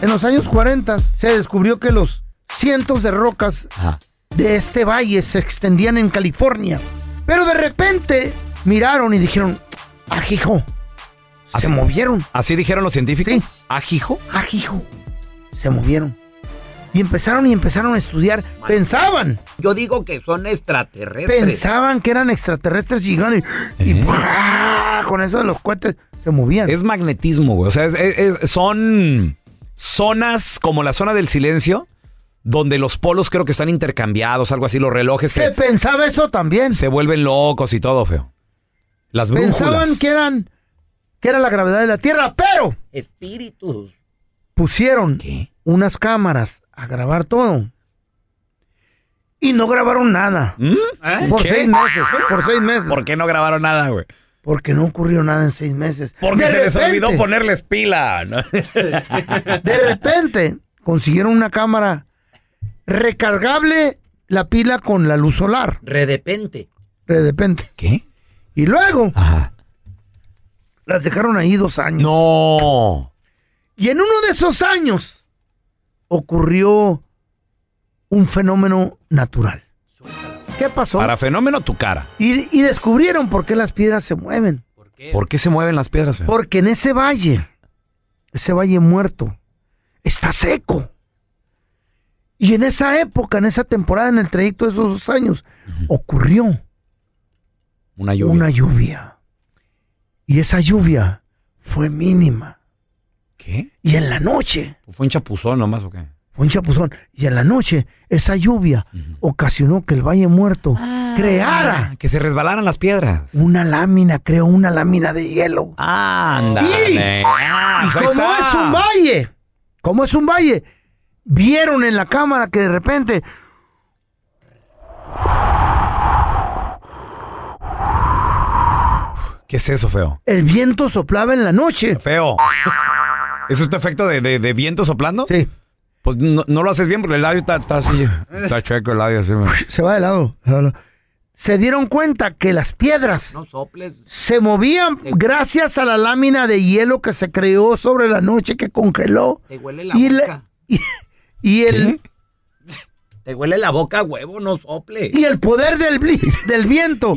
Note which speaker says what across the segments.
Speaker 1: En los años 40 se descubrió que los cientos de rocas de este valle se extendían en California. Pero de repente miraron y dijeron, ajijo. Se
Speaker 2: Así-
Speaker 1: movieron.
Speaker 2: ¿Así dijeron los científicos?
Speaker 1: Ah,
Speaker 2: ¿Ajijo?
Speaker 1: Ajijo. Se movieron. Y empezaron y empezaron a estudiar. Pensaban,
Speaker 3: Yo digo que son extraterrestres.
Speaker 1: pensaban que eran extraterrestres gigantes. Y
Speaker 4: ¿Eh?
Speaker 1: ¡buah! con eso de los cohetes se movían.
Speaker 2: Es magnetismo, güey. O sea, es- es- es- son zonas como la zona del silencio, donde los polos creo que están intercambiados, algo así, los relojes
Speaker 1: Se
Speaker 2: se,
Speaker 1: pensaba eso también.
Speaker 2: se vuelven locos y todo, feo. Las brújulas.
Speaker 1: Pensaban que eran que era la gravedad de la Tierra, pero
Speaker 3: Espíritus.
Speaker 1: pusieron unas cámaras a grabar todo. Y no grabaron nada.
Speaker 2: ¿Eh?
Speaker 1: Por
Speaker 2: ¿Qué?
Speaker 1: seis meses, por seis meses.
Speaker 2: ¿Por qué no grabaron nada, güey?
Speaker 1: Porque no ocurrió nada en seis meses.
Speaker 2: Porque
Speaker 1: De
Speaker 2: se les
Speaker 1: repente-
Speaker 2: olvidó ponerles pila. ¿no?
Speaker 1: De repente consiguieron una cámara recargable la pila con la luz solar.
Speaker 3: Redepente.
Speaker 1: De repente.
Speaker 2: ¿Qué?
Speaker 1: Y luego
Speaker 2: Ajá.
Speaker 1: las dejaron ahí dos años.
Speaker 2: No.
Speaker 1: Y en uno de esos años ocurrió un fenómeno natural. ¿Qué pasó?
Speaker 2: Para fenómeno tu cara.
Speaker 1: Y, y descubrieron por qué las piedras se mueven.
Speaker 2: ¿Por qué se mueven las piedras, feo?
Speaker 1: Porque en ese valle, ese valle muerto, está seco. Y en esa época, en esa temporada, en el trayecto de esos dos años, ocurrió
Speaker 2: Una lluvia.
Speaker 1: una lluvia. Y esa lluvia fue mínima.
Speaker 2: ¿Qué?
Speaker 1: Y en la noche,
Speaker 2: ¿Fue un chapuzón nomás o qué?
Speaker 1: Fue un chapuzón. Y en la noche, esa lluvia ocasionó que el Valle Muerto
Speaker 2: Ah.
Speaker 1: creara
Speaker 2: Que se resbalaran las piedras.
Speaker 1: una lámina, creó una lámina de hielo.
Speaker 5: Ah,
Speaker 2: Anda.
Speaker 1: Y-
Speaker 5: pues
Speaker 1: y como es un valle, como es un valle, vieron en la cámara que de repente
Speaker 2: ¿Qué es eso, feo?
Speaker 1: el viento soplaba en la noche.
Speaker 2: Feo. ¿Es un efecto de, de- de viento soplando?
Speaker 1: Sí,
Speaker 2: Pues no, no lo haces bien porque el labio está, está así. Está chueco el labio así. man.
Speaker 1: se va de lado. se va de lado. Se dieron cuenta que las piedras
Speaker 3: No soples.
Speaker 1: se movían gracias a la lámina de hielo que se creó sobre la noche que congeló.
Speaker 3: Te huele la
Speaker 1: y, la-
Speaker 3: boca.
Speaker 1: y- y el,
Speaker 3: Te huele la boca a huevo, no sople.
Speaker 1: y el poder del, bli- del viento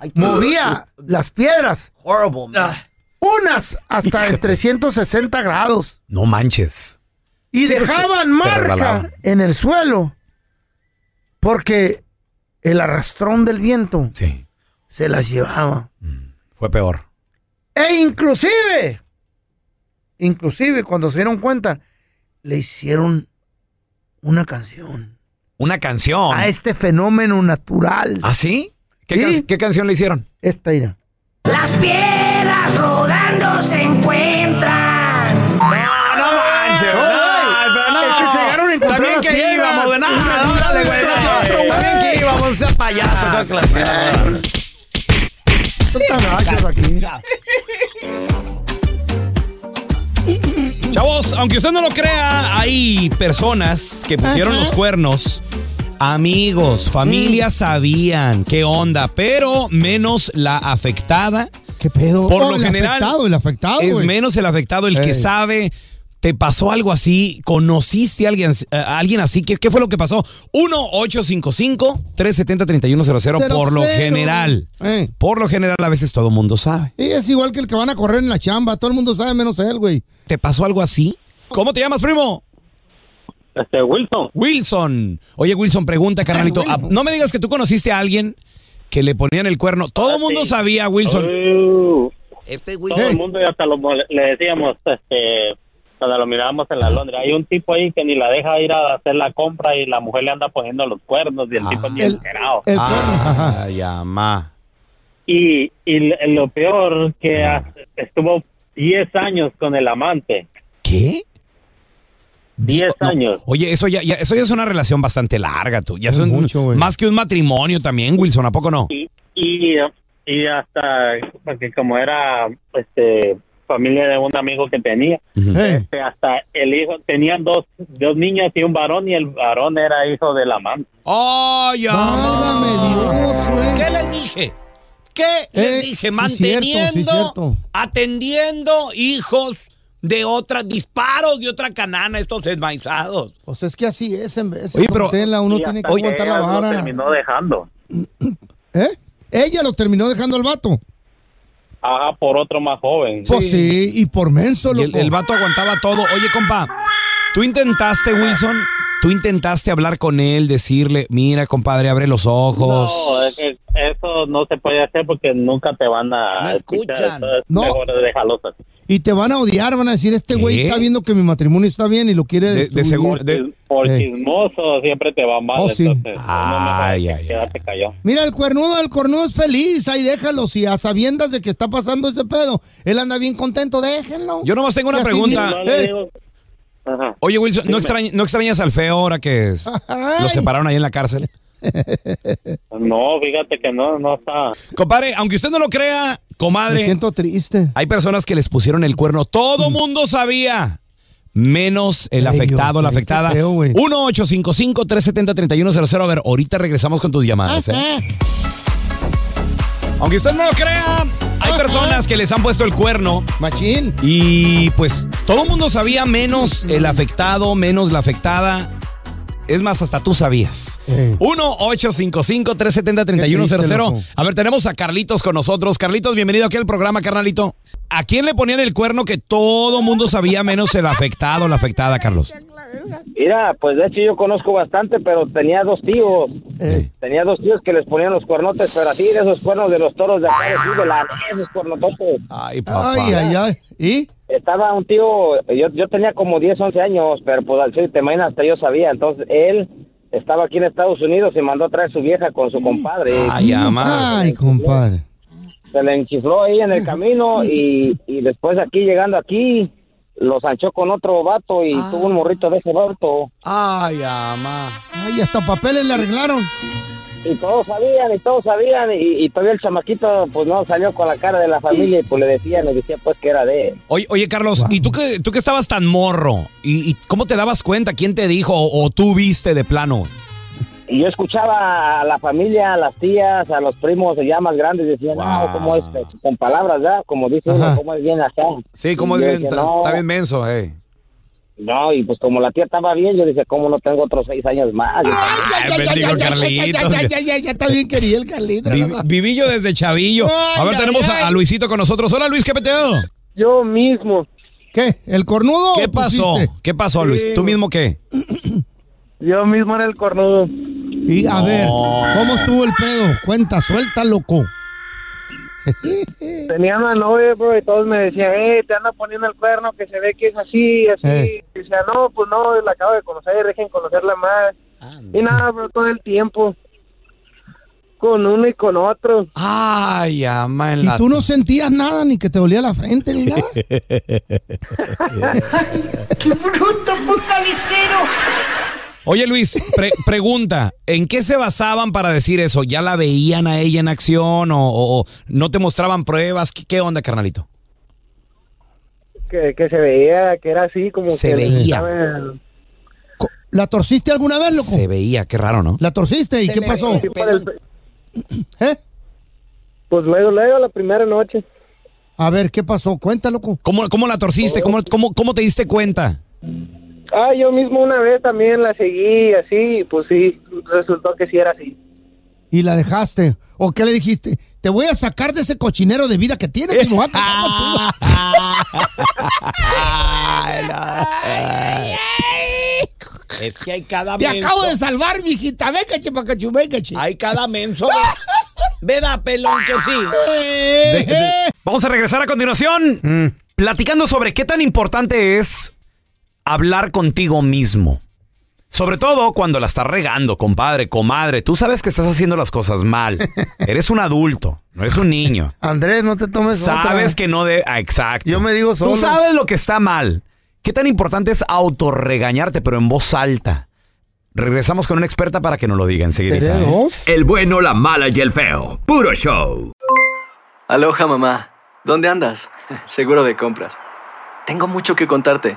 Speaker 3: Ay, qué
Speaker 1: movía las piedras,
Speaker 6: Ah.
Speaker 3: Horrible, man.
Speaker 1: unas hasta en 360 grados.
Speaker 2: No manches.
Speaker 6: y
Speaker 7: Sí, pues,
Speaker 6: dejaban
Speaker 7: se
Speaker 6: marca
Speaker 7: resbalaba.
Speaker 6: en el suelo porque el arrastrón del viento se las llevaba.
Speaker 7: Fue peor.
Speaker 6: E inclusive, inclusive cuando se dieron cuenta, le hicieron una canción
Speaker 7: Una canción.
Speaker 6: a este fenómeno natural.
Speaker 7: ¿Ah, sí? ¿Qué, can- qué canción le hicieron?
Speaker 6: Esta ira.
Speaker 5: Las piedras rodando se encuentran. No, no manches.
Speaker 7: Ay, pero no.
Speaker 5: Es que se llegaron a encontrar
Speaker 7: También
Speaker 5: las
Speaker 7: que
Speaker 5: piedras.
Speaker 7: íbamos de
Speaker 5: Una
Speaker 7: nada.
Speaker 5: cosa
Speaker 7: Dale, güey.
Speaker 5: detrás de
Speaker 7: dale.
Speaker 5: otro, güey.
Speaker 7: También que
Speaker 5: eh.
Speaker 7: íbamos a payaso.
Speaker 2: Ah,
Speaker 7: toda clase.
Speaker 2: Chavos, aunque usted no lo crea, hay personas que pusieron
Speaker 8: Ajá.
Speaker 2: los cuernos. Amigos, familia sabían qué onda, pero menos la afectada.
Speaker 1: ¿Qué pedo?
Speaker 2: Por
Speaker 1: Oh,
Speaker 2: lo
Speaker 1: el
Speaker 2: general.
Speaker 1: afectado, el afectado,
Speaker 2: Es
Speaker 1: güey.
Speaker 2: menos el afectado, el que
Speaker 1: Ey.
Speaker 2: sabe. ¿Te pasó algo así? ¿Conociste a alguien, eh, a alguien así? ¿Qué, qué fue lo que pasó? 1-855-370-3100. Por lo
Speaker 1: Cero, cero.
Speaker 2: general.
Speaker 1: Eh.
Speaker 2: Por lo general, a veces todo mundo sabe.
Speaker 1: Y es igual que el que van a correr en la chamba. Todo el mundo sabe menos él, güey.
Speaker 2: ¿Te pasó algo así? ¿Cómo te llamas, primo? Este, Wilson. Wilson. Oye, Wilson,
Speaker 1: Eh,
Speaker 2: pregunta, carnalito. Ah, No me digas que tú conociste a alguien que le ponían el cuerno. Todo el mundo sabía, Wilson.
Speaker 9: Todo el mundo y hasta lo mole- le decíamos, este, cuando lo mirábamos en la Londres, hay un tipo ahí que ni la deja ir a hacer la compra y la mujer le anda poniendo los cuernos y Ah. el tipo ni enterado.
Speaker 2: Ah. Ay,
Speaker 9: Ah.
Speaker 2: amá.
Speaker 9: Y, y l- lo peor que hace- estuvo 10 años con el amante.
Speaker 2: ¿Qué?
Speaker 9: 10 años.
Speaker 2: Oye, eso ya, ya- eso ya es una relación bastante larga, tú. Ya son más que un matrimonio también, Wilson, ¿a poco no?
Speaker 9: Y, y hasta, porque como era este familia de un amigo que tenía, este, hasta el hijo, tenían dos, dos niños y un varón y el varón era hijo del amante.
Speaker 2: ¡Oh, ya! ¿Qué les dije?
Speaker 1: Eh,
Speaker 2: ¿Qué les dije? Manteniendo, atendiendo hijos de otras, disparos de otra canana, estos desmaizados.
Speaker 1: Pues es que así es, en vez
Speaker 2: Oye,
Speaker 1: de
Speaker 2: pero-
Speaker 1: tela, uno tiene que aguantar la vara.
Speaker 9: dejando.
Speaker 1: ¿Eh? Ella lo terminó dejando al vato.
Speaker 9: Ajá, por otro más joven.
Speaker 1: Pues sí, y por menso,
Speaker 2: Y el,
Speaker 1: loco.
Speaker 2: el vato aguantaba todo. Oye, compa, tú intentaste, Wilson, tú intentaste hablar con él, decirle, mira, compadre, abre los ojos.
Speaker 9: No, es que eso no se puede hacer porque nunca te van a escuchar. entonces
Speaker 1: No.
Speaker 9: Mejor déjalos así.
Speaker 1: Y te van a odiar, van a decir, este güey está viendo que mi matrimonio está bien y lo quiere destruir.
Speaker 9: Por
Speaker 1: Eh.
Speaker 9: chismoso siempre te va mal.
Speaker 1: Oh, sí.
Speaker 9: Entonces, ay, ay, quédate callado.
Speaker 1: Mira, el cuernudo, el cornudo es feliz, ahí déjalo, si a sabiendas de que está pasando ese pedo, él anda bien contento, déjenlo.
Speaker 2: Yo nomás tengo una
Speaker 1: Y así
Speaker 2: pregunta.
Speaker 1: viene- Eh,
Speaker 2: Oye, Wilson, ¿no,
Speaker 1: Dime.
Speaker 2: extrañ- ¿no extrañas al feo ahora que es- lo
Speaker 1: Ay.
Speaker 2: separaron ahí en la cárcel?
Speaker 9: No, fíjate que no, no está.
Speaker 2: Compadre, aunque usted no lo crea,
Speaker 1: Me
Speaker 2: comadre,
Speaker 1: siento triste. Mm.
Speaker 2: hay personas que les pusieron el cuerno. Todo mundo sabía. Menos el
Speaker 1: Ay,
Speaker 2: afectado,
Speaker 1: Dios,
Speaker 2: la
Speaker 1: güey, qué
Speaker 2: afectada.
Speaker 1: feo, güey.
Speaker 2: 1-855-370-3100. A ver, ahorita regresamos con tus
Speaker 1: Ah,
Speaker 2: llamadas. ¿eh? Aunque usted no lo crea, hay personas que les han puesto el cuerno.
Speaker 1: Machín.
Speaker 2: Y pues todo el mundo sabía, menos el afectado, menos la afectada. Es más, hasta tú sabías. 1-855-370-3100. A ver, tenemos a Carlitos con nosotros. Carlitos, bienvenido aquí al programa, carnalito. ¿A quién le ponían el cuerno que todo mundo sabía, menos el afectado o la afectada, Carlos?
Speaker 10: Mira, pues de hecho yo conozco bastante, pero tenía dos tíos.
Speaker 1: Eh.
Speaker 10: Tenía dos tíos que les ponían los cuernotes, pero así de esos cuernos de los toros de acá, de aquí, de la esos cuernototes.
Speaker 2: Ay,
Speaker 1: papá. Ay, ay, ¿Y?
Speaker 10: Estaba un tío, yo, yo tenía como 10, 11 años, pero pues al ser, te imaginas, hasta yo sabía. Entonces él estaba aquí en Estados Unidos y mandó a traer su vieja con su compadre.
Speaker 2: Ay,
Speaker 1: Ay, compadre.
Speaker 10: se le enchifló ahí en el camino y, y después aquí llegando aquí lo sanchó con otro vato
Speaker 1: Ah.
Speaker 10: y tuvo un morrito de ese vato.
Speaker 2: Ay, ama.
Speaker 1: Ay, hasta papeles le arreglaron.
Speaker 10: Y todos sabían, y todos sabían, y, y todavía el chamaquito pues no salió con la cara de la familia y pues le decían, le decía pues que era de él.
Speaker 2: Oye, oye, Carlos, ¿y tú que, tú que estabas tan morro? ¿Y, y cómo te dabas cuenta? ¿Quién te dijo? ¿O, o tú viste de plano?
Speaker 10: Y yo escuchaba a la familia, a las tías, a los primos ya más grandes, decían, no, ¿cómo es? Con palabras, ¿verdad? Como dice uno, ¿cómo es bien acá?
Speaker 2: Sí, como
Speaker 10: Y yo
Speaker 2: bien,
Speaker 10: decía,
Speaker 2: está,
Speaker 10: "No".
Speaker 2: está bien menso, eh.
Speaker 10: No, y pues como la tía estaba bien, yo decía, ¿cómo no tengo otros seis años más?
Speaker 2: Ay, bendigo, Carlitos.
Speaker 1: ya está bien querido el Carlitos.
Speaker 2: Vi- Vivillo desde Chavillo.
Speaker 1: Ay,
Speaker 2: a ver,
Speaker 1: ay,
Speaker 2: tenemos a-
Speaker 1: ay.
Speaker 2: A, Luisito con nosotros. Hola, Luis, ¿qué peteo?
Speaker 11: Yo mismo. ¿Qué? ¿El cornudo?
Speaker 12: ¿Qué
Speaker 11: o
Speaker 12: pasó?
Speaker 11: pusiste?
Speaker 12: ¿Qué pasó, Luis? ¿Tú mismo qué?
Speaker 11: Yo mismo era el cornudo. Y a ver, ¿cómo estuvo el pedo? Cuenta, suelta, loco.
Speaker 10: Tenía una novia, bro, y todos me decían, eh, te anda poniendo el cuerno, que se ve que es así, así.
Speaker 11: Eh.
Speaker 10: Y decía, no, pues no, la acabo de conocer, dejen conocerla más. Y nada, bro, todo el tiempo. Con uno y con otro.
Speaker 12: Ay, ama en
Speaker 11: Y
Speaker 12: la...
Speaker 11: tú no sentías nada, ni que te dolía la frente, ni nada.
Speaker 5: ¡Qué bruto focalicero!
Speaker 12: Oye, Luis, pre- pregunta, ¿en qué se basaban para decir eso? ¿Ya la veían a ella en acción o, o- o no te mostraban pruebas? ¿Qué, qué onda, carnalito?
Speaker 10: Que, que se veía, que era así, como
Speaker 12: Se
Speaker 10: que... le
Speaker 12: veía.
Speaker 10: estaba-
Speaker 11: ¿La torciste alguna vez, loco?
Speaker 12: Se veía, qué raro, ¿no?
Speaker 11: ¿La torciste? ¿Y
Speaker 10: Se
Speaker 11: qué
Speaker 10: le
Speaker 11: pasó? ¿Eh?
Speaker 10: veía el pelón. Pues luego, luego, la primera noche.
Speaker 11: A ver, ¿qué pasó? Cuenta, loco.
Speaker 12: ¿Cómo, cómo la torciste? ¿Cómo, cómo, ¿Cómo te diste cuenta?
Speaker 10: Ah, yo mismo una vez también la seguí así, y pues sí, resultó que sí era así.
Speaker 11: ¿Y la dejaste? ¿O qué le dijiste? Te voy a sacar de ese cochinero de vida que tienes y me voy a casar contigo.
Speaker 3: Es que hay cada
Speaker 11: Te acabo de
Speaker 3: menso.
Speaker 11: salvar, mijita. Venga, chepacachu, venga, che.
Speaker 3: Hay cada menso. Veda, pelón, que
Speaker 11: sí.
Speaker 3: De- de-
Speaker 2: Vamos a regresar a continuación platicando sobre qué tan importante es hablar contigo mismo. Sobre todo cuando la estás regando, compadre, comadre. Tú sabes que estás haciendo las cosas mal. eres un adulto, no eres un niño.
Speaker 1: Andrés, no te tomes otra.
Speaker 2: Sabes que no de... ah, exacto. Yo me
Speaker 1: digo solo.
Speaker 2: Tú sabes lo que está mal. ¿Qué tan importante es autorregañarte, pero en voz alta? Regresamos con una experta para que nos lo diga enseguida.
Speaker 13: El bueno, la mala y el feo. Puro show.
Speaker 14: Aloha mamá, ¿dónde andas? Seguro de compras. Tengo mucho que contarte.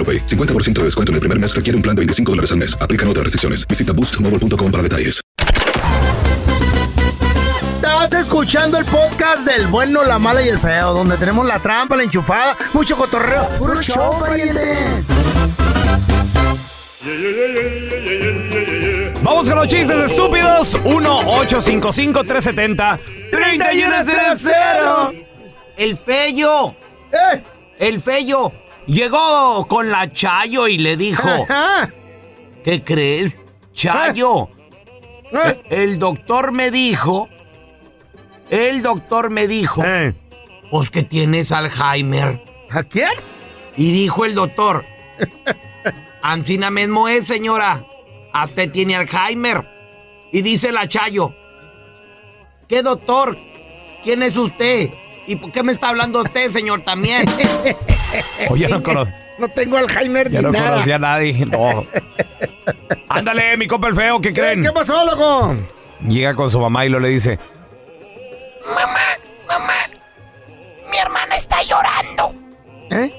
Speaker 15: 50% de descuento en el primer mes requiere un plan de 25 dólares al mes. Aplican otras restricciones. Visita boostmobile.com para detalles.
Speaker 1: Estás escuchando el podcast del bueno, la mala y el feo, donde tenemos la trampa, la enchufada, mucho cotorreo. ¡Puro show, pariente!
Speaker 2: Vamos con los chistes estúpidos. 1-855-370-3100.
Speaker 3: El fello.
Speaker 1: Eh.
Speaker 3: El fello llegó con la Chayo y le dijo: ¿Qué crees, Chayo?
Speaker 1: Eh.
Speaker 3: El doctor me dijo. El doctor me dijo. Pues que tienes Alzheimer.
Speaker 1: Eh. ¿A quién?
Speaker 3: Y dijo el doctor. Ancina mismo es, señora. A usted tiene Alzheimer. Y dice la Chayo. ¿Qué doctor? ¿Quién es usted? ¿Y por qué me está hablando usted, señor, también?
Speaker 2: Oye, Oh, no conozco.
Speaker 1: No tengo Alzheimer
Speaker 2: Ya
Speaker 1: ni
Speaker 2: no
Speaker 1: nada.
Speaker 2: conocía a nadie. No. Ándale, mi compa el feo, ¿qué creen?
Speaker 1: Eh, ¿Qué pasó, loco?
Speaker 2: Llega con su mamá y lo le dice,
Speaker 5: Mi hermana está llorando.
Speaker 3: ¿Eh?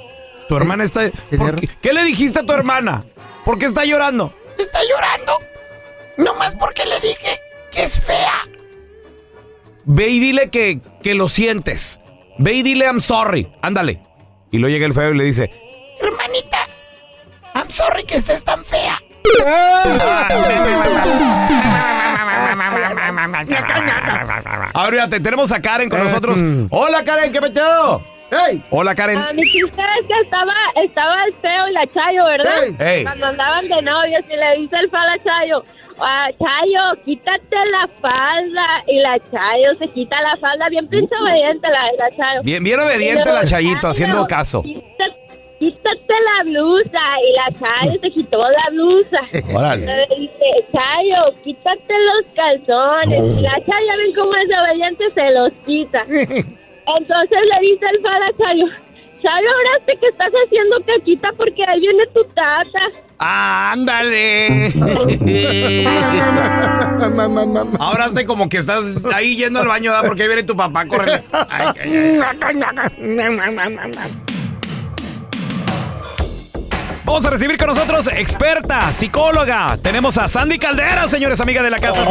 Speaker 2: tu hermana está... ¿por qué, ¿Qué le dijiste a tu hermana? ¿Por qué está llorando?
Speaker 5: Está llorando. Nomás porque le dije que es fea.
Speaker 2: Ve y dile que, que lo sientes. Ve y dile I'm sorry. Ándale. Y luego llega el feo y le dice,
Speaker 5: Hermanita, I'm sorry que estés tan fea.
Speaker 2: Ahora te- tenemos a Karen con
Speaker 3: Eh,
Speaker 2: nosotros.
Speaker 3: mm.
Speaker 2: Hola, Karen, ¿qué peteo? Hola, Karen.
Speaker 16: A mi chiste es que estaba, estaba el feo y la Chayo, ¿verdad?
Speaker 2: Ey. Ey.
Speaker 16: Cuando andaban de novios y le dice el feo a la Chayo, "Ah, Chayo, quítate la falda. Y la Chayo se quita la falda, bien pinche obediente la, la Chayo.
Speaker 2: Uh, Bien, bien obediente la Chayito, haciendo caso.
Speaker 16: Quítate, quítate la blusa. Y la Chayo se quitó la blusa.
Speaker 2: Órale.
Speaker 16: Entonces le dice, Chayo, quítate los calzones. Y la Chayo, ven cómo es obediente, se los quita. Entonces le dice el fara a Chayo, Chayo, ahora sé que estás haciendo caquita porque ahí viene tu tata.
Speaker 2: ¡Ándale! Ahora sé como que estás ahí yendo al baño, ¿verdad? Porque ahí viene tu papá, corre. Vamos a recibir con nosotros experta, psicóloga. Tenemos a Sandy Caldera, señores, amiga de la casa.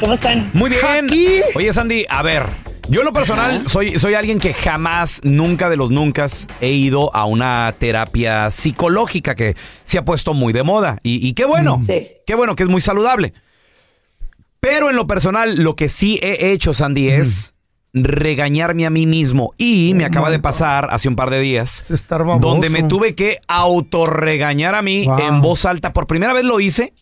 Speaker 17: ¿Cómo están?
Speaker 2: Muy bien. Oye, Sandy, a ver. Yo en lo personal soy, soy alguien que jamás, nunca de los nunca he ido a una terapia psicológica que se ha puesto muy de moda. Y, y qué bueno. Qué bueno que es muy saludable. Pero en lo personal, lo que sí he hecho, Sandy, es regañarme a mí mismo.
Speaker 1: Oh
Speaker 2: Y me acaba de pasar hace un par de días, donde me tuve que autorregañar a mí en voz alta. Por primera vez lo hice.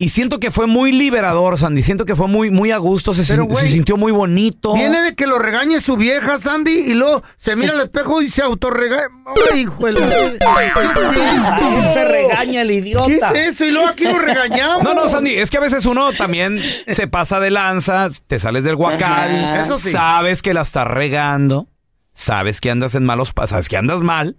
Speaker 2: Y siento que fue muy liberador, Sandy. Siento que fue muy, muy a gusto. Se, sin- se sintió muy bonito.
Speaker 1: Viene de que lo regañe su vieja, Sandy, y luego se mira al espejo y se autorregaña. ¡Ay, hijo de la-
Speaker 2: Ay,
Speaker 3: se regaña el idiota.
Speaker 1: ¿Qué es eso? Y luego aquí lo regañamos.
Speaker 2: No, no, Sandy, es que a veces uno también se pasa de lanzas, te sales del guacal,
Speaker 1: Ajá. Eso sí.
Speaker 2: sabes que la estás regando, sabes que andas en malos pasos, sabes que andas mal,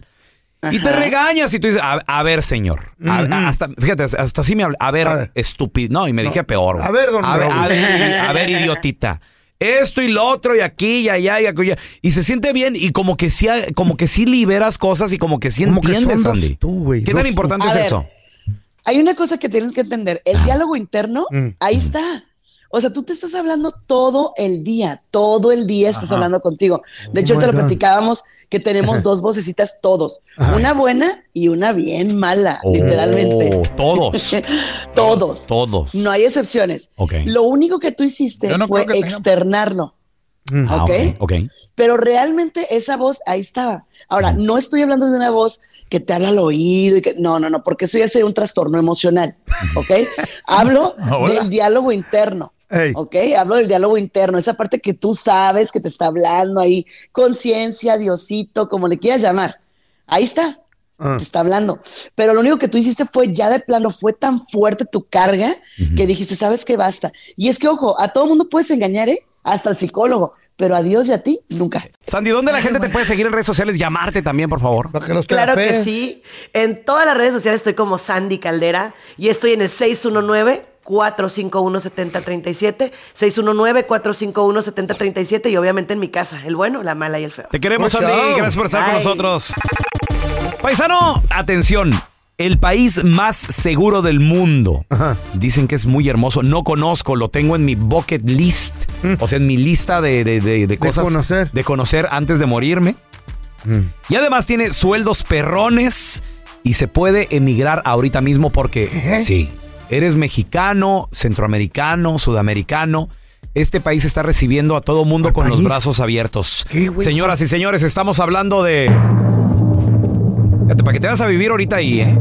Speaker 2: y te
Speaker 3: Ajá.
Speaker 2: regañas y tú dices, a, a ver, señor, a- a- hasta, fíjate, hasta así me habla, a ver, estúpido, no, y me dije peor. güey.
Speaker 1: A ver, don
Speaker 2: a ver, a
Speaker 1: Raúl.
Speaker 2: ver, a ver, idiotita. Esto y lo otro, y aquí, y allá, y acullá. Y se siente bien, y como que sí, como que sí liberas cosas y como que sí
Speaker 1: Como que
Speaker 2: entiendes,
Speaker 1: son dos
Speaker 2: Sandy.
Speaker 1: tú, güey,
Speaker 2: ¿Qué
Speaker 1: dos
Speaker 2: tan
Speaker 1: tú.
Speaker 2: importante
Speaker 1: A
Speaker 2: es
Speaker 1: ver,
Speaker 2: eso?
Speaker 18: Hay una cosa que tienes que entender, el diálogo interno,
Speaker 2: Mm.
Speaker 18: ahí está. O sea, tú te estás hablando todo el día, todo el día estás
Speaker 19: Ajá.
Speaker 18: hablando contigo. De
Speaker 19: Oh
Speaker 18: hecho,
Speaker 19: my
Speaker 18: te lo
Speaker 19: God.
Speaker 18: platicábamos que tenemos dos vocecitas todos,
Speaker 19: Ay.
Speaker 18: una buena y una bien mala,
Speaker 2: Oh,
Speaker 18: literalmente.
Speaker 2: todos.
Speaker 18: todos.
Speaker 2: Todos.
Speaker 18: No hay excepciones.
Speaker 2: Ok.
Speaker 18: Lo único que tú hiciste
Speaker 2: Yo no
Speaker 18: fue
Speaker 2: creo que tengamos.
Speaker 18: externarlo.
Speaker 2: Ah,
Speaker 18: ¿ok?
Speaker 2: ok. ok.
Speaker 18: Pero realmente esa voz ahí estaba. Ahora, no estoy hablando de una voz que te habla al oído y que no, no, no, porque eso ya sería un trastorno emocional, ¿ok? Hablo
Speaker 19: Hola.
Speaker 18: del diálogo interno.
Speaker 19: Ey.
Speaker 18: Ok, hablo del diálogo interno, esa parte que tú sabes que te está hablando ahí, conciencia, Diosito, como le quieras llamar. Ahí está, te está hablando. Pero lo único que tú hiciste fue ya de plano, fue tan fuerte tu carga que dijiste, sabes que basta. Y es que, ojo, a todo mundo puedes engañar, ¿eh? Hasta al psicólogo, pero a Dios y a ti, nunca.
Speaker 2: Sandy, ¿dónde la gente te puede seguir en redes sociales? Llamarte también, por favor.
Speaker 19: Claro que sí. En todas las redes sociales estoy como Sandy Caldera y estoy en el 619 451 7037, 619 451 7037 y obviamente en mi casa, el bueno, la mala y el feo.
Speaker 2: Te queremos,
Speaker 19: Mucho.
Speaker 2: Sandy. Gracias por estar con
Speaker 19: Bye.
Speaker 2: nosotros. Paisano, atención. El país más seguro del mundo. Dicen que es muy hermoso. No conozco, lo tengo en mi bucket list. O sea, en mi lista de, de- de- de cosas.
Speaker 1: conocer.
Speaker 2: De conocer antes de morirme. Y además tiene sueldos perrones y se puede emigrar ahorita mismo porque sí, eres mexicano, centroamericano, sudamericano. Este país está recibiendo a todo mundo con los
Speaker 3: país?
Speaker 2: brazos abiertos. Señoras y señores, estamos hablando de. Fíjate, para que te vas a vivir ahorita ahí, ¿eh?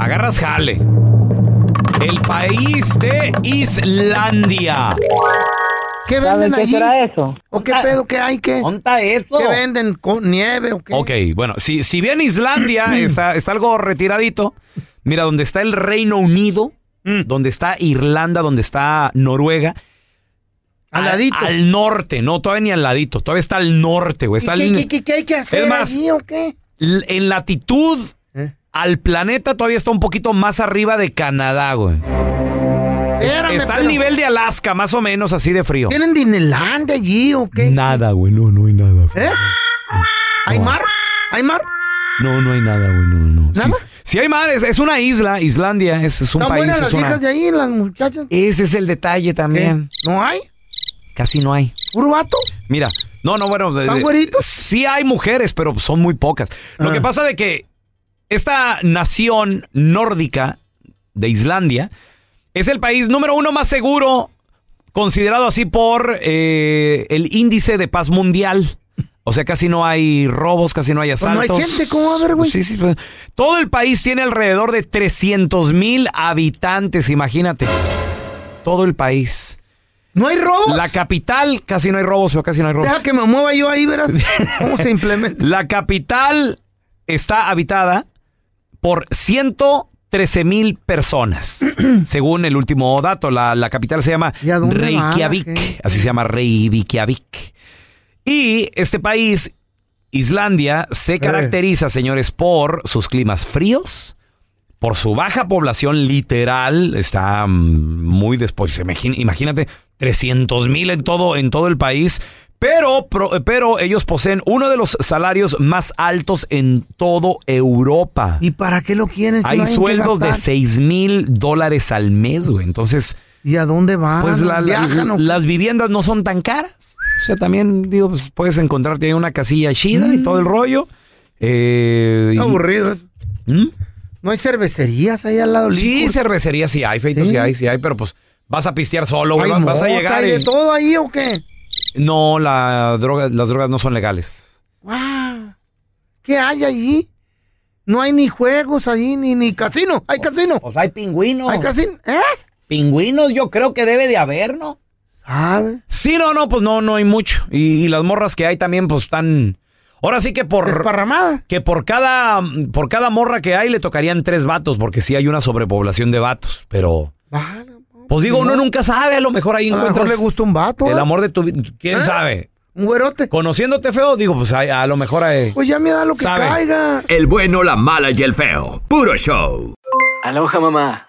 Speaker 2: Agarras jale. El país de Islandia.
Speaker 1: ¿Qué venden
Speaker 2: qué
Speaker 1: allí?
Speaker 2: será
Speaker 1: eso? ¿O
Speaker 2: Ah.
Speaker 1: qué pedo? ¿Qué hay? ¿Qué? ¿Qué venden? ¿Con nieve o qué?
Speaker 2: Ok, bueno, si, si bien Islandia está, está algo retiradito, mira, donde está el Reino Unido, donde está Irlanda, donde está Noruega. Al ladito. Al norte, no, todavía ni al ladito, todavía está al norte, güey. Está
Speaker 1: ¿Qué,
Speaker 2: al-
Speaker 1: qué- qué- qué hay que hacer
Speaker 2: Es más,
Speaker 1: allí o qué?
Speaker 2: l- en latitud
Speaker 1: ¿Eh?
Speaker 2: al planeta todavía está un poquito más arriba de Canadá, güey. Es-
Speaker 1: Espérame,
Speaker 2: está al
Speaker 1: pero-
Speaker 2: nivel de Alaska, más o menos así de frío.
Speaker 1: ¿Tienen Disneyland allí o qué?
Speaker 2: Nada, güey, no, no hay nada.
Speaker 1: ¿Eh? ¿Hay mar? ¿Hay mar?
Speaker 2: No, no hay nada, güey, no, no. Sí, sí hay mar, es, es una isla, Islandia, es, es un
Speaker 1: ¿Están
Speaker 2: país,
Speaker 1: buenas
Speaker 2: es
Speaker 1: las
Speaker 2: una...
Speaker 1: viejas de ahí, las muchachas?
Speaker 2: Ese es el detalle también.
Speaker 1: ¿No hay?
Speaker 2: Casi no hay.
Speaker 1: ¿Puro vato?
Speaker 2: Mira, no, no, bueno, de-
Speaker 1: ¿Están Ah.
Speaker 2: de- sí hay mujeres, pero son muy pocas. Lo que pasa de que esta nación nórdica de Islandia es el país número uno más seguro Considerado así por eh, el índice de paz mundial. O sea, casi no hay robos, casi no hay
Speaker 1: Pues no
Speaker 2: asaltos.
Speaker 1: hay gente, ¿cómo va a haber, güey?
Speaker 2: Sí, sí, pues, Todo el país tiene alrededor de 300 mil habitantes, imagínate. Todo el país.
Speaker 1: ¿No hay robos?
Speaker 2: La capital, casi no hay robos, pero casi no hay robos.
Speaker 1: Deja que me mueva yo ahí, verás. ¿Cómo se implementa?
Speaker 2: La capital está habitada por 113 mil personas, según el último dato. La, la capital se llama
Speaker 1: dónde va la
Speaker 2: Reykjavik,
Speaker 1: gente?
Speaker 2: así se llama Reykjavik. Y este país, Islandia,
Speaker 1: Eh.
Speaker 2: se caracteriza, señores, por sus climas fríos, por su baja población literal, está mm, muy después. Imagínate, 300 mil en todo, en todo el país. Pero, pro- pero ellos poseen uno de los salarios más altos en todo Europa.
Speaker 1: ¿Y para qué lo quieren? si no
Speaker 2: Hay
Speaker 1: en qué
Speaker 2: sueldos de
Speaker 1: gastar?
Speaker 2: 6 mil dólares al mes, güey. Entonces,
Speaker 1: ¿Y a dónde van?
Speaker 2: pues la- la-
Speaker 1: ¿Viajan o-
Speaker 2: las viviendas no son tan caras. O sea, también, digo, pues, puedes encontrarte ahí una casilla chida y todo el rollo. Eh, y-
Speaker 1: Está Mm. aburrido. eso. ¿No hay cervecerías ahí al lado?
Speaker 2: ¿Mm? Sí,
Speaker 1: licor?
Speaker 2: cervecería sí hay, Feito, sí.
Speaker 1: Sí.
Speaker 2: hay, sí hay, pero pues vas a pistear solo,
Speaker 1: ¿Hay
Speaker 2: güey. Vas, vas a
Speaker 1: mota,
Speaker 2: llegar.
Speaker 1: hay
Speaker 2: y-
Speaker 1: de todo ahí o qué?
Speaker 2: No, la droga, las drogas no son legales.
Speaker 1: ¡Guau! ¿Qué hay allí? No hay ni juegos allí, ni, ni casino. ¿Hay casino?
Speaker 2: Pues hay pingüinos.
Speaker 1: ¿Hay casino? ¿Eh?
Speaker 2: Pingüinos, yo creo que debe de haber, ¿no?
Speaker 1: Ah,
Speaker 2: Sí, no, no, pues no, no hay mucho. Y, y las morras que hay también, pues están. Ahora sí que por. Que por cada, por cada morra que hay le tocarían tres vatos, porque sí hay una sobrepoblación de vatos, pero.
Speaker 1: Ah,
Speaker 2: Pues digo, uno nunca sabe, a lo mejor ahí
Speaker 1: A lo mejor
Speaker 2: encuentras.
Speaker 1: le gusta un vato,
Speaker 2: El
Speaker 1: ¿eh?
Speaker 2: amor de tu vida. ¿Quién sabe?
Speaker 1: Un güerote.
Speaker 2: Conociéndote feo, digo, pues a, a lo mejor. eh,
Speaker 1: Pues ya me da lo que
Speaker 2: sabe.
Speaker 1: caiga.
Speaker 13: El bueno, la mala y el feo. Puro show.
Speaker 14: Aloha mamá.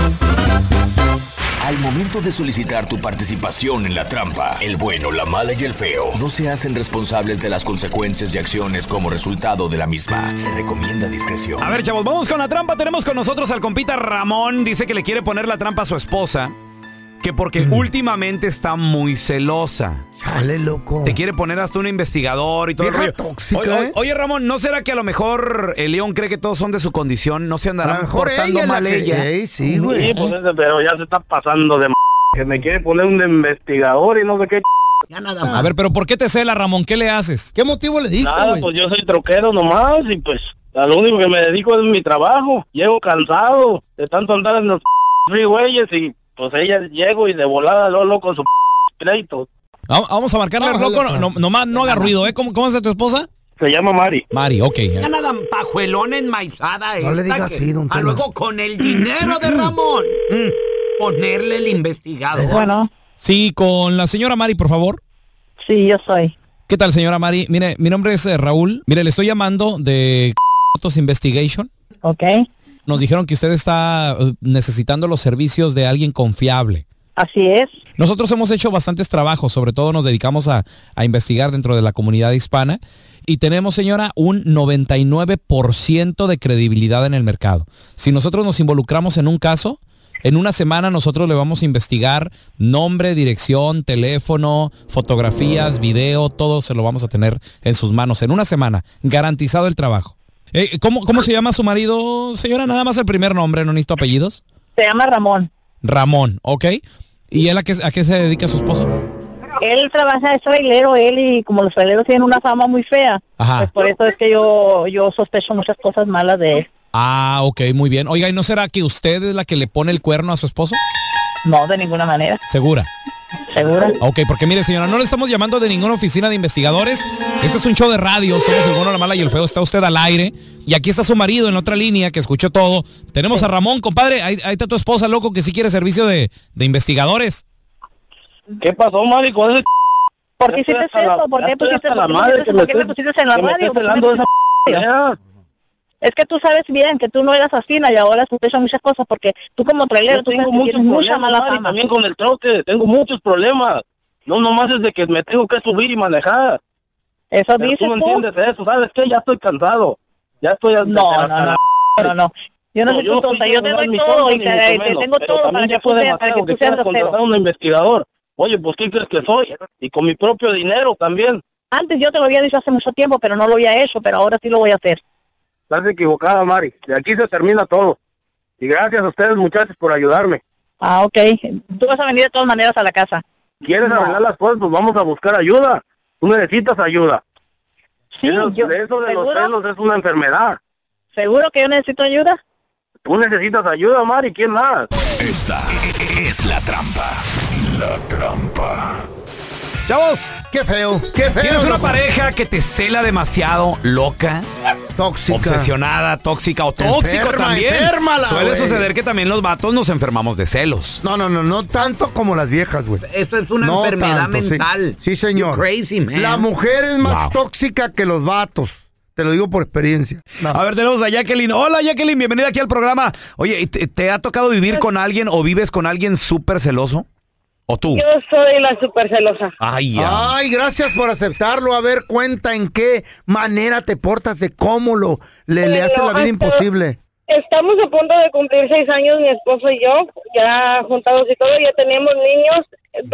Speaker 20: Al momento de solicitar tu participación en la trampa, el bueno, la mala y el feo no se hacen responsables de las consecuencias y acciones como resultado de la misma. Se recomienda discreción.
Speaker 2: A ver, chavos, vamos con la trampa. Tenemos con nosotros al compita Ramón. Dice que le quiere poner la trampa a su esposa. Que porque
Speaker 1: Mm.
Speaker 2: últimamente está muy celosa.
Speaker 1: Chale, loco.
Speaker 2: Te quiere poner hasta un investigador y todo el
Speaker 1: Vieja
Speaker 2: rollo.
Speaker 1: tóxica,
Speaker 2: oye, oye,
Speaker 1: ¿eh?
Speaker 2: oye, Ramón, ¿no será que a lo mejor el león cree que todos son de su condición? ¿No se andará
Speaker 1: mejor
Speaker 2: portando
Speaker 1: ella es la
Speaker 2: mal
Speaker 1: que-
Speaker 2: ella?
Speaker 1: Ey, sí, güey.
Speaker 21: Sí, pues, ese, pero ya se está pasando de m- que me quiere poner un investigador y no sé qué. ch-
Speaker 12: A ver, pero ¿por qué te cela, Ramón? ¿Qué le haces?
Speaker 11: ¿Qué motivo le diste,
Speaker 21: Nada,
Speaker 11: güey?
Speaker 21: pues yo soy troquero nomás y pues a lo único que me dedico es mi trabajo. Llego cansado de tanto andar en los p- freeways y pues ella llego y de volada lo loco con su p- pleito.
Speaker 12: Va- Vamos a marcarle al loco. No, nomás no haga ruido, ¿eh? ¿Cómo, cómo es tu esposa?
Speaker 21: Se llama Mari.
Speaker 12: Mari, ok.
Speaker 3: Ya nada, pajuelón enmaizada
Speaker 12: No le
Speaker 3: esta
Speaker 12: diga
Speaker 3: que-
Speaker 12: así, don Mm.
Speaker 3: a
Speaker 12: Tela.
Speaker 3: luego con el dinero de Ramón,
Speaker 12: Mm.
Speaker 3: ponerle el investigador.
Speaker 12: Sí, con la señora Mari, por favor.
Speaker 22: Sí, yo soy.
Speaker 12: ¿Qué tal, señora Mari? Mire, mi nombre es eh, Raúl. Mire, le estoy llamando de Autos Investigation.
Speaker 22: Ok.
Speaker 12: Nos dijeron que usted está eh, necesitando los servicios de alguien confiable.
Speaker 22: Así es.
Speaker 12: Nosotros hemos hecho bastantes trabajos, sobre todo nos dedicamos a, a investigar dentro de la comunidad hispana y tenemos, señora, un 99% de credibilidad en el mercado. Si nosotros nos involucramos en un caso, En una semana nosotros le vamos a investigar nombre, dirección, teléfono, fotografías, video, todo se lo vamos a tener en sus manos. En una semana, garantizado el trabajo. Eh, ¿cómo, ¿Cómo se llama su marido, señora? Nada más el primer nombre, no necesito apellidos.
Speaker 17: Se llama Ramón.
Speaker 12: Ramón, ¿ok? ¿Y él a qué, a qué se dedica su esposo?
Speaker 17: Él trabaja, es trailero, él, y como los traileros tienen una fama muy fea,
Speaker 12: Ajá.
Speaker 17: pues por eso es que yo, yo sospecho muchas cosas malas de él.
Speaker 12: Ah, ok, muy bien. Oiga, ¿y no será que usted es la que le pone el cuerno a su esposo?
Speaker 17: No, de ninguna manera.
Speaker 12: ¿Segura?
Speaker 17: ¿Segura?
Speaker 12: Ok, porque mire, señora, no le estamos llamando de ninguna oficina de investigadores. Este es un show de radio. Somos el bueno, la mala y el feo. Está usted al aire. Y aquí está su marido en otra línea que escuchó todo. Tenemos a Ramón, compadre. Ahí, ahí está tu esposa, loco, que sí quiere servicio de, de investigadores.
Speaker 21: ¿Qué pasó, Mari? ¿Cuál es el
Speaker 17: ¿Por qué
Speaker 21: Ya
Speaker 17: hiciste
Speaker 21: estoy hasta
Speaker 17: eso?
Speaker 21: la-
Speaker 17: ¿Por
Speaker 21: ya
Speaker 17: qué
Speaker 21: estoy
Speaker 17: pusiste
Speaker 21: hasta la
Speaker 17: eso?
Speaker 21: madre que me
Speaker 17: ¿Por qué te
Speaker 21: estoy-
Speaker 17: pusiste en la
Speaker 21: que me estoy
Speaker 17: radio? ¿Por qué
Speaker 21: pelando
Speaker 17: te
Speaker 21: esa
Speaker 17: pusiste en la radio? Es que tú sabes bien que tú no eras asesina y ahora sospecho muchas cosas porque tú como trailero
Speaker 21: Yo
Speaker 17: tú sabes
Speaker 21: tengo
Speaker 17: que
Speaker 21: muchos
Speaker 17: tienes mucha
Speaker 21: problemas,
Speaker 17: mala
Speaker 21: Mari,
Speaker 17: fama.
Speaker 21: también con el troque, tengo muchos problemas. No nomás es de que me tengo que subir y manejar.
Speaker 17: Eso
Speaker 21: Pero
Speaker 17: dices
Speaker 21: tú no
Speaker 17: tú.
Speaker 21: entiendes eso, ¿sabes qué? Ya estoy cansado. Ya estoy hasta-
Speaker 17: No,
Speaker 21: hasta
Speaker 17: no,
Speaker 21: la-
Speaker 17: No, no. Yo no soy tu tonta, yo te doy todo y te, te tengo todo para que tú seas, para que tú seas grosero.
Speaker 21: contratar un investigador. Oye, pues ¿qué crees que soy? Y con mi propio dinero también.
Speaker 17: Antes yo te lo había dicho hace mucho tiempo, pero no lo había hecho, pero ahora sí lo voy a hacer.
Speaker 21: Estás equivocada, Mari. De aquí se termina todo. Y gracias a ustedes, muchachos, por ayudarme.
Speaker 17: Ah, ok. Tú vas a venir de todas maneras a la casa.
Speaker 21: ¿Quieres arreglar las cosas? Pues vamos a buscar ayuda. Tú necesitas ayuda.
Speaker 17: Sí,
Speaker 21: eso, de eso de los
Speaker 17: ¿seguro?
Speaker 21: celos es una enfermedad.
Speaker 17: ¿Seguro que yo necesito ayuda?
Speaker 21: Tú necesitas ayuda, Mari. ¿Quién más?
Speaker 20: Esta es la trampa. La trampa.
Speaker 1: Chavos, qué feo, qué feo.
Speaker 2: ¿Tienes una
Speaker 1: loco.
Speaker 2: pareja que te cela demasiado, loca,
Speaker 1: tóxica,
Speaker 2: obsesionada, tóxica o tóxico
Speaker 1: Enferma,
Speaker 2: también?
Speaker 1: enférmala,
Speaker 2: Suele
Speaker 1: güey.
Speaker 2: suceder que también los vatos nos enfermamos de celos.
Speaker 1: No, no, no, no tanto como las viejas, güey.
Speaker 3: Esto es una
Speaker 1: No
Speaker 3: enfermedad
Speaker 1: tanto, sí.
Speaker 3: mental.
Speaker 1: Sí, señor.
Speaker 3: You're crazy, man.
Speaker 1: La mujer es más
Speaker 3: Wow.
Speaker 1: tóxica que los vatos. Te lo digo por experiencia.
Speaker 2: A ver, tenemos a Jacqueline. Hola, Jacqueline, bienvenida aquí al programa. Oye, ¿y ¿te, te ha tocado vivir con alguien o vives con alguien súper celoso? ¿O tú?
Speaker 17: Yo soy la super celosa.
Speaker 2: Ay,
Speaker 17: Ah.
Speaker 2: ya.
Speaker 1: Ay, gracias por aceptarlo. A ver, cuenta en qué manera te portas, de cómo lo le, le
Speaker 17: Bueno,
Speaker 1: hace la vida
Speaker 17: hasta-
Speaker 1: imposible.
Speaker 17: Estamos a punto de cumplir seis años, mi esposo y yo, ya juntados y todo, ya tenemos niños.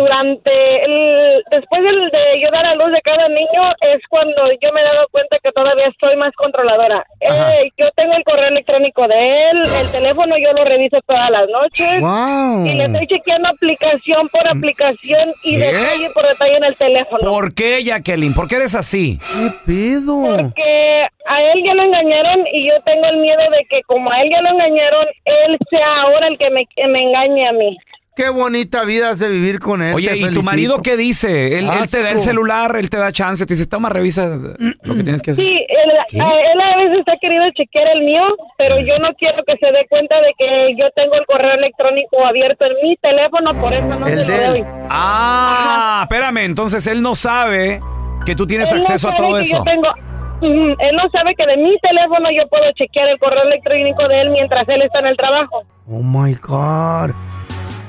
Speaker 17: Durante el, después del- de yo dar a luz de cada niño es cuando yo me he dado cuenta que todavía soy más controladora.
Speaker 23: Ajá.
Speaker 17: Eh, yo tengo el correo electrónico de él, el teléfono yo lo reviso todas las noches
Speaker 23: Wow.
Speaker 17: y le estoy chequeando aplicación por aplicación y
Speaker 2: Mm. ¿Qué?
Speaker 17: detalle por detalle en el teléfono.
Speaker 2: ¿Por qué, Jacqueline? ¿Por qué eres así?
Speaker 1: ¿Qué pedo?
Speaker 17: Porque a él ya lo engañaron y yo tengo el miedo de que como a él ya lo engañaron, él sea ahora el que me, que me engañe a mí.
Speaker 1: Qué bonita vida has de vivir con él.
Speaker 2: Oye,
Speaker 1: te
Speaker 2: ¿y tu
Speaker 1: felicito.
Speaker 2: marido qué dice? Él, él te da el
Speaker 1: Asco.
Speaker 2: celular, él te da chance, te dice, toma, revisa lo que tienes que hacer.
Speaker 17: Sí, él, a, él a veces ha querido chequear el mío, pero yo no quiero que se dé cuenta de que yo tengo el correo electrónico abierto en mi teléfono, por eso no se lo doy.
Speaker 2: Ah, espérame, entonces él no sabe que tú tienes
Speaker 17: Él no
Speaker 2: acceso a
Speaker 17: sabe
Speaker 2: todo
Speaker 17: que
Speaker 2: eso.
Speaker 17: yo tengo- Ujú, él no sabe que de mi teléfono yo puedo chequear el correo electrónico de él mientras él está en el trabajo.
Speaker 1: Oh my God.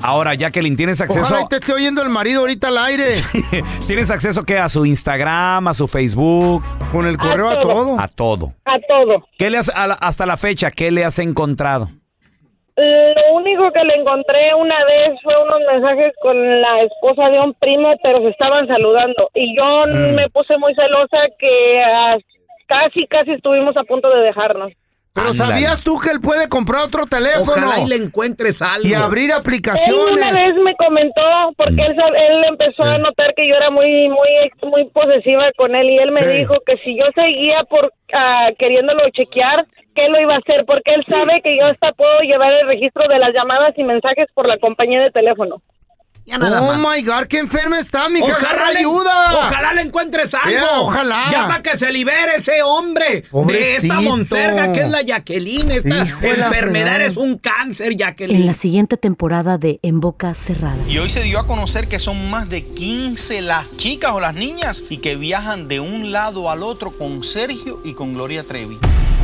Speaker 2: Ahora, Jacqueline, tienes acceso.
Speaker 1: Ojalá y te esté oyendo el marido ahorita al aire.
Speaker 2: ¿Tienes acceso qué? A su Instagram, a su Facebook.
Speaker 1: Con el correo, a todo.
Speaker 2: A todo.
Speaker 17: A todo.
Speaker 2: ¿Qué le has, a la- hasta la fecha, qué le has encontrado?
Speaker 17: Lo único que le encontré una vez fue unos mensajes con la esposa de un primo, pero se estaban saludando. Y yo
Speaker 1: Mm.
Speaker 17: me puse muy celosa que ah, casi, casi estuvimos a punto de dejarnos.
Speaker 1: Pero ¿sabías tú que él puede comprar otro teléfono?
Speaker 17: Ojalá y le
Speaker 3: encuentres
Speaker 1: Y abrir
Speaker 17: Él una
Speaker 1: aplicaciones.
Speaker 17: vez me comentó, porque él, sab- él empezó a notar que yo era muy, muy, muy posesiva con él y él me
Speaker 24: Sí.
Speaker 17: dijo que si yo seguía por ah, queriéndolo chequear, que él lo iba a hacer, porque él sabe que yo hasta puedo llevar el registro de las llamadas y mensajes por la compañía de teléfono.
Speaker 1: Oh my God, qué enferma está, mi
Speaker 3: Ojalá le,
Speaker 1: ayuda.
Speaker 3: ojalá le encuentres algo.
Speaker 1: Yeah, ojalá.
Speaker 3: Ya para que se libere ese hombre de
Speaker 1: Pobrecito.
Speaker 3: esta monserga que es la Jacqueline. Esta
Speaker 4: Hijo de la
Speaker 3: enfermedad
Speaker 4: fregada.
Speaker 3: es un cáncer, Jacqueline.
Speaker 4: En la siguiente temporada de En Boca Cerrada.
Speaker 9: Y hoy se dio a conocer que son más de 15 las chicas o las niñas y que viajan de un lado al otro con Sergio y con Gloria Trevi.